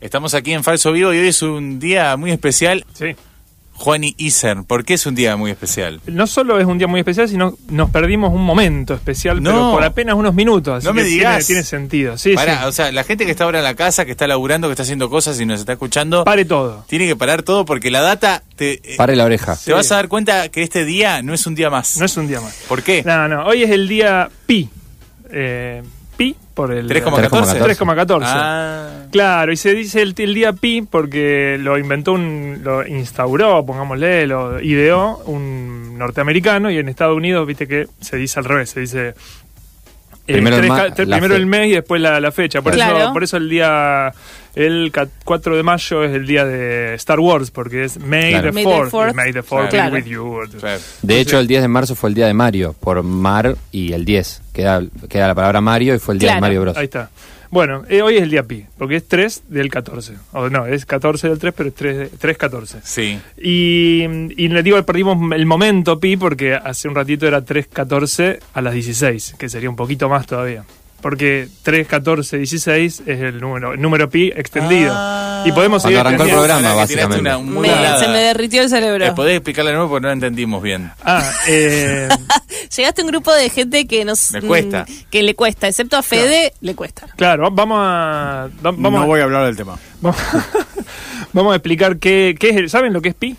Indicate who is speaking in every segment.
Speaker 1: Estamos aquí en Falso Vivo y hoy es un día muy especial.
Speaker 2: Sí.
Speaker 1: Juan y Iser, ¿por qué es un día muy especial?
Speaker 2: No solo es un día muy especial, sino nos perdimos un momento especial,
Speaker 1: No.
Speaker 2: pero por apenas unos minutos. así
Speaker 1: No me
Speaker 2: que
Speaker 1: digas.
Speaker 2: Tiene, tiene sentido. Sí,
Speaker 1: Pará,
Speaker 2: sí.
Speaker 1: o sea, la gente que está ahora en la casa, que está laburando, que está haciendo cosas y nos está escuchando,
Speaker 2: Pare todo.
Speaker 1: tiene que parar todo porque la data te, eh,
Speaker 3: Pare la oreja.
Speaker 1: te vas a dar cuenta que este día no es un día más.
Speaker 2: No es un día más.
Speaker 1: ¿Por qué?
Speaker 2: No, no. Hoy es el día pi. Eh, pi por el...
Speaker 1: 3,14.
Speaker 2: 3,14.
Speaker 1: Ah,
Speaker 2: Claro, y se dice el, el día pi porque lo inventó, un, lo instauró, pongámosle, lo ideó un norteamericano y en Estados Unidos, viste que se dice al revés, se dice... eh,
Speaker 3: Primero el
Speaker 2: tres
Speaker 3: ma-
Speaker 2: ca- tre-
Speaker 3: la
Speaker 2: primero
Speaker 3: fe-
Speaker 2: el mes y después la, la fecha. Por, eso,
Speaker 4: Claro.
Speaker 2: por eso el día, el ca- 4 de mayo es el día de Star Wars, porque es May
Speaker 3: Claro.
Speaker 2: the
Speaker 4: May the
Speaker 2: 4th.
Speaker 4: fourth.
Speaker 2: May the 4th be
Speaker 4: Claro.
Speaker 2: with you.
Speaker 1: claro.
Speaker 3: De hecho, el 10 de marzo fue el día de Mario, por mar y el 10. Queda, queda la palabra Mario y fue el día
Speaker 4: Claro.
Speaker 3: de Mario Bros.
Speaker 2: Ahí está. Bueno, eh, hoy es el día pi, porque es 3 del 14. O no, es 14 del 3, pero es 3, 3 14.
Speaker 1: Sí.
Speaker 2: Y, y le digo, perdimos el momento, Pi, porque hace un ratito era 3.14 a las 16, que sería un poquito más todavía. Porque 3.14, 16 es el número, el número Pi extendido. y podemos seguir
Speaker 3: Cuando arrancó el
Speaker 2: extendiendo.
Speaker 3: programa,
Speaker 1: Ahora que tiraste
Speaker 3: básicamente.
Speaker 1: una
Speaker 4: Me-
Speaker 1: mulada.
Speaker 4: se me derritió el cerebro.
Speaker 1: Eh, ¿Podés explicarla de nuevo? Porque no la entendimos bien.
Speaker 2: Ah, eh,
Speaker 4: Llegaste a un grupo de gente que nos.
Speaker 1: Me cuesta.
Speaker 4: mm, Que le cuesta, excepto a Fede, le cuesta.
Speaker 2: claro, vamos a. va- Vamos,
Speaker 5: no
Speaker 2: a-
Speaker 5: voy a hablar del tema.
Speaker 2: vamos, vamos a explicar qué, qué es el. ¿Saben lo que es Pi?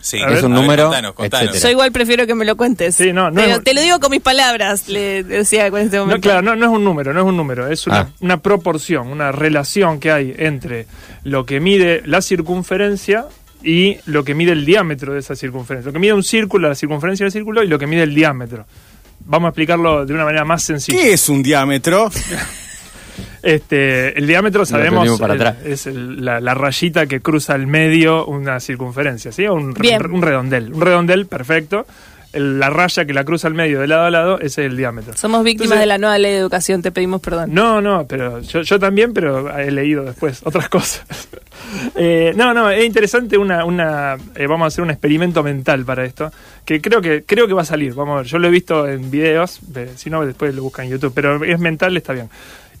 Speaker 1: Sí.
Speaker 2: A ver. Es un
Speaker 1: A ver,
Speaker 3: número,
Speaker 1: contanos, contanos.
Speaker 3: etcétera.
Speaker 4: Yo igual prefiero que me lo cuentes.
Speaker 2: Sí, no, no
Speaker 4: Pero
Speaker 2: es-
Speaker 4: te lo digo con mis palabras, le decía con este momento.
Speaker 2: No, claro, no, no es un número, no es un número, es una,
Speaker 3: Ah.
Speaker 2: una proporción, una relación que hay entre lo que mide la circunferencia y lo que mide el diámetro de esa circunferencia. Lo que mide un círculo, la circunferencia del círculo y lo que mide el diámetro. Vamos a explicarlo de una manera más sencilla.
Speaker 5: ¿Qué es un diámetro?
Speaker 2: Este, el diámetro sabemos
Speaker 3: aprendimos para
Speaker 2: el-
Speaker 3: atrás.
Speaker 2: es el- la, la rayita que cruza al medio una circunferencia, ¿sí? Un, re-
Speaker 4: Bien.
Speaker 2: un redondel, un redondel perfecto. El- la raya que la cruza al medio de lado a lado, ese es el diámetro.
Speaker 4: Somos víctimas
Speaker 2: Entonces-
Speaker 4: de la nueva ley de educación, te pedimos perdón.
Speaker 2: No, no, pero yo, yo también, pero he leído después otras cosas. Eh, no, no, es interesante una, una eh, vamos a hacer un experimento mental para esto, que creo que creo que va a salir. Vamos a ver, yo lo he visto en videos, eh, si no después lo buscan en YouTube, pero es mental, está bien.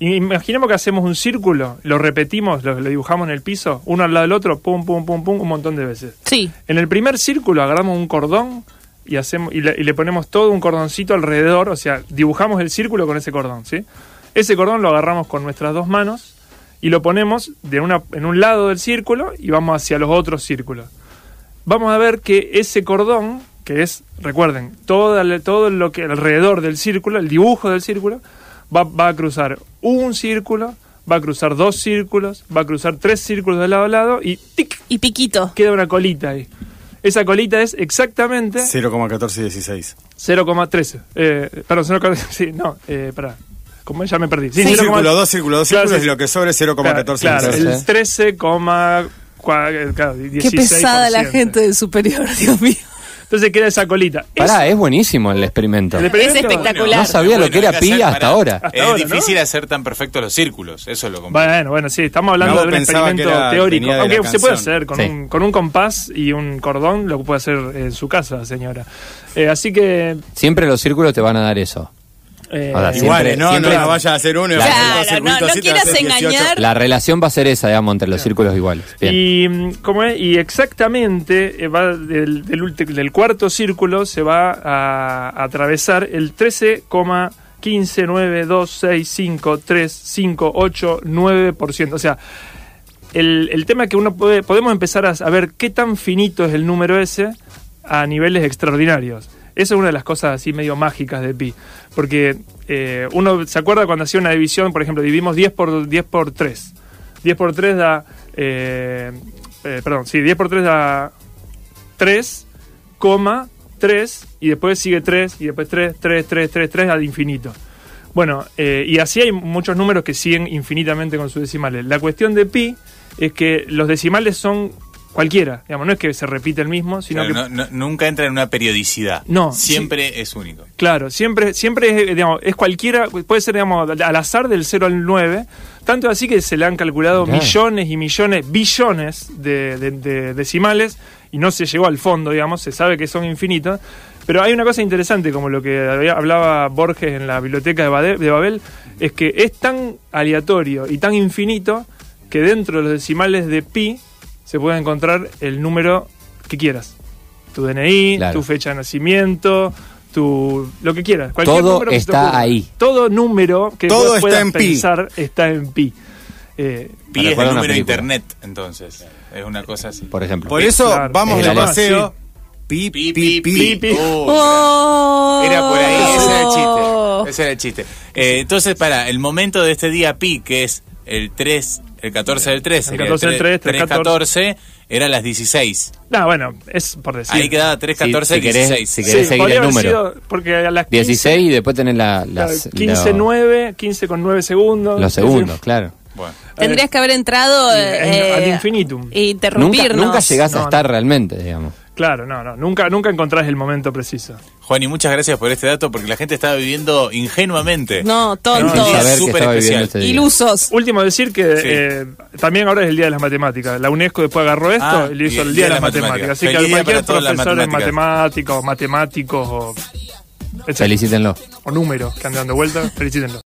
Speaker 2: Y Imaginemos que hacemos un círculo, lo repetimos, lo, lo dibujamos en el piso, uno al lado del otro, pum, pum, pum, pum, un montón de veces.
Speaker 4: Sí,
Speaker 2: En el primer círculo agarramos un cordón y, hacemos, y, le, y le ponemos todo un cordoncito alrededor, o sea, dibujamos el círculo con ese cordón, ¿sí? Ese cordón lo agarramos con nuestras dos manos y lo ponemos de una, en un lado del círculo y vamos hacia los otros círculos. Vamos a ver que ese cordón, que es, recuerden, todo, todo lo que alrededor del círculo, el dibujo del círculo, va, va a cruzar un círculo, va a cruzar dos círculos, va a cruzar tres círculos de lado a lado y tic,
Speaker 4: y Piquito.
Speaker 2: queda una colita ahí. Esa colita es exactamente
Speaker 5: 0,14 y 16.
Speaker 2: 0,13. Eh, perdón, 0,14. Sí, no, eh, pará. Como ya me perdí. Sí,
Speaker 5: un
Speaker 2: 0,14.
Speaker 5: círculo, dos círculos, dos
Speaker 2: Claro,
Speaker 5: círculos
Speaker 2: sí.
Speaker 5: y lo que sobre es 0,14 y
Speaker 2: Claro,
Speaker 5: 16.
Speaker 2: el 13, eh, claro,
Speaker 4: Qué
Speaker 2: 16%.
Speaker 4: pesada la gente del superior, Dios mío.
Speaker 2: Entonces queda esa colita.
Speaker 5: eh.
Speaker 3: Pará, es buenísimo el experimento.
Speaker 2: El de-
Speaker 4: Es
Speaker 2: Pero-
Speaker 4: espectacular.
Speaker 3: No sabía
Speaker 1: Bueno,
Speaker 3: lo que era
Speaker 1: hay
Speaker 3: pi
Speaker 1: hacer
Speaker 3: hasta
Speaker 1: para-
Speaker 3: ahora.
Speaker 2: Hasta
Speaker 1: es
Speaker 2: ahora,
Speaker 1: difícil
Speaker 2: ¿no?
Speaker 1: hacer tan perfectos los círculos. Eso es lo complicado.
Speaker 2: Bueno, bueno, sí, estamos hablando
Speaker 5: No,
Speaker 2: de un
Speaker 5: pensaba que
Speaker 2: experimento
Speaker 5: era-
Speaker 2: teórico.
Speaker 5: venía de la
Speaker 2: Aunque se puede
Speaker 5: canción.
Speaker 2: hacer con,
Speaker 3: Sí.
Speaker 2: un, con un compás y un cordón, lo puede hacer en su casa, señora. Eh, así que.
Speaker 3: Siempre los círculos te van a dar eso.
Speaker 2: eh,
Speaker 3: Ahora sí.
Speaker 5: Iguales,
Speaker 3: siempre-
Speaker 5: no,
Speaker 3: siempre-
Speaker 5: no, no vayas a hacer uno y vas a hacer dos
Speaker 4: Claro, no, no
Speaker 5: circuitos así, te vas a
Speaker 4: quieras
Speaker 5: hacer 18.
Speaker 4: engañar.
Speaker 3: La relación va a ser esa, digamos, entre los círculos iguales. Bien.
Speaker 2: Y, mm, ¿cómo es? y exactamente eh, va del, del, ulti- del cuarto círculo se va a, a atravesar el 13,1592653589%. O sea, el, el tema es que uno puede, podemos empezar a, a ver qué tan finito es el número ese a niveles extraordinarios. Esa es una de las cosas así medio mágicas de Pi. Porque eh, uno se acuerda cuando hacía una división, por ejemplo, dividimos 10 por, 10 por 3. 10 por 3 da. eh, eh, perdón, sí, 10 por 3 da 3, 3 y después sigue 3 y después 3, 3, 3, 3, 3 al infinito. Bueno, eh, y así hay muchos números que siguen infinitamente con sus decimales. La cuestión de pi es que los decimales son cualquiera, digamos, no es que se repite el mismo, sino
Speaker 1: Claro,
Speaker 2: que
Speaker 1: no- no- nunca entra en una periodicidad.
Speaker 2: No,
Speaker 1: Siempre es único.
Speaker 2: Claro, siempre, siempre es, eh, digamos, es cualquiera, puede ser digamos, al azar del 0 al 9, tanto así que se le han calculado
Speaker 3: Mirá.
Speaker 2: millones y millones, billones de, de- de decimales y no se llegó al fondo, digamos, se sabe que son infinitos. Pero hay una cosa interesante, como lo que había- hablaba Borges en la biblioteca de Bade- de Babel, es que es tan aleatorio y tan infinito que dentro de los decimales de pi se puede encontrar el número que quieras. Tu DNI,
Speaker 3: Claro.
Speaker 2: tu fecha de nacimiento, tu lo que quieras. Cualquier
Speaker 3: Todo
Speaker 2: número que se te
Speaker 3: está
Speaker 2: ocurra.
Speaker 3: ahí.
Speaker 2: Todo número que
Speaker 5: Todo
Speaker 2: vos
Speaker 5: está
Speaker 2: puedas
Speaker 5: en pi.
Speaker 2: pensar está en pi. Eh,
Speaker 1: Pi es el
Speaker 3: Recuerda una
Speaker 1: número de
Speaker 3: película.
Speaker 1: internet, entonces. Es una cosa así.
Speaker 3: por ejemplo.
Speaker 5: Por eso
Speaker 2: Claro.
Speaker 5: vamos
Speaker 3: Es la
Speaker 5: de
Speaker 3: ley.
Speaker 5: paseo. Pi,
Speaker 1: Pi, pi, pi.
Speaker 2: Pi, pi.
Speaker 1: Oh,
Speaker 4: Oh.
Speaker 1: Era por ahí, ese era el
Speaker 4: Oh.
Speaker 1: chiste. Ese era el chiste. Eh, entonces, para, el momento de este día pi, que es el 3, el 14 del 3,
Speaker 2: El
Speaker 1: sería
Speaker 2: 14 del
Speaker 1: 3,
Speaker 2: 3,
Speaker 1: 14, era las 16.
Speaker 2: no, bueno, es por decir.
Speaker 1: Ahí quedaba 3,
Speaker 3: Si-
Speaker 1: 14,
Speaker 3: si querés-
Speaker 1: 16.
Speaker 3: si querés seguir
Speaker 2: podría
Speaker 3: el
Speaker 2: haber
Speaker 3: número.
Speaker 2: sido- porque a las 15,
Speaker 3: 16 y después tenés la, las,
Speaker 2: 15,
Speaker 3: lo-
Speaker 2: 9, 15 con 9 segundos.
Speaker 3: los segundos,
Speaker 2: Es
Speaker 3: claro.
Speaker 1: Bueno.
Speaker 4: Tendrías que haber entrado
Speaker 2: Sí,
Speaker 4: eh,
Speaker 2: ad
Speaker 4: eh,
Speaker 2: infinitum.
Speaker 4: e
Speaker 3: Nunca,
Speaker 4: interrumpirnos.
Speaker 3: nunca llegás
Speaker 2: No,
Speaker 3: a
Speaker 2: no.
Speaker 3: estar realmente, digamos.
Speaker 2: decir, Claro, no, no. Nunca, nunca encontrás el momento preciso.
Speaker 1: Juan, y muchas gracias por este dato porque la gente estaba viviendo ingenuamente.
Speaker 4: No,
Speaker 1: No,
Speaker 4: tonto.
Speaker 1: no,
Speaker 3: Sin
Speaker 1: es
Speaker 3: saber que
Speaker 1: súper
Speaker 3: estaba
Speaker 1: especial.
Speaker 3: viviendo este día.
Speaker 4: Ilusos.
Speaker 2: Último decir que
Speaker 1: Sí.
Speaker 2: eh, también ahora es el Día de las Matemáticas. La UNESCO después agarró esto
Speaker 1: Ah,
Speaker 2: y le hizo
Speaker 1: y
Speaker 2: el Día de las Matemáticas. Así que
Speaker 1: Feliz día
Speaker 2: cualquier
Speaker 1: para todas las
Speaker 2: profesor en
Speaker 1: matemáticas.
Speaker 2: matemáticas o matemáticos o, etcétera,
Speaker 3: Felicítenlo.
Speaker 2: o números que andan dando vuelta, felicítenlo.